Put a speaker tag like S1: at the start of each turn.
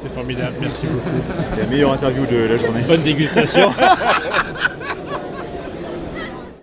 S1: C'est formidable, merci beaucoup.
S2: C'était la meilleure interview de la journée.
S1: Bonne dégustation.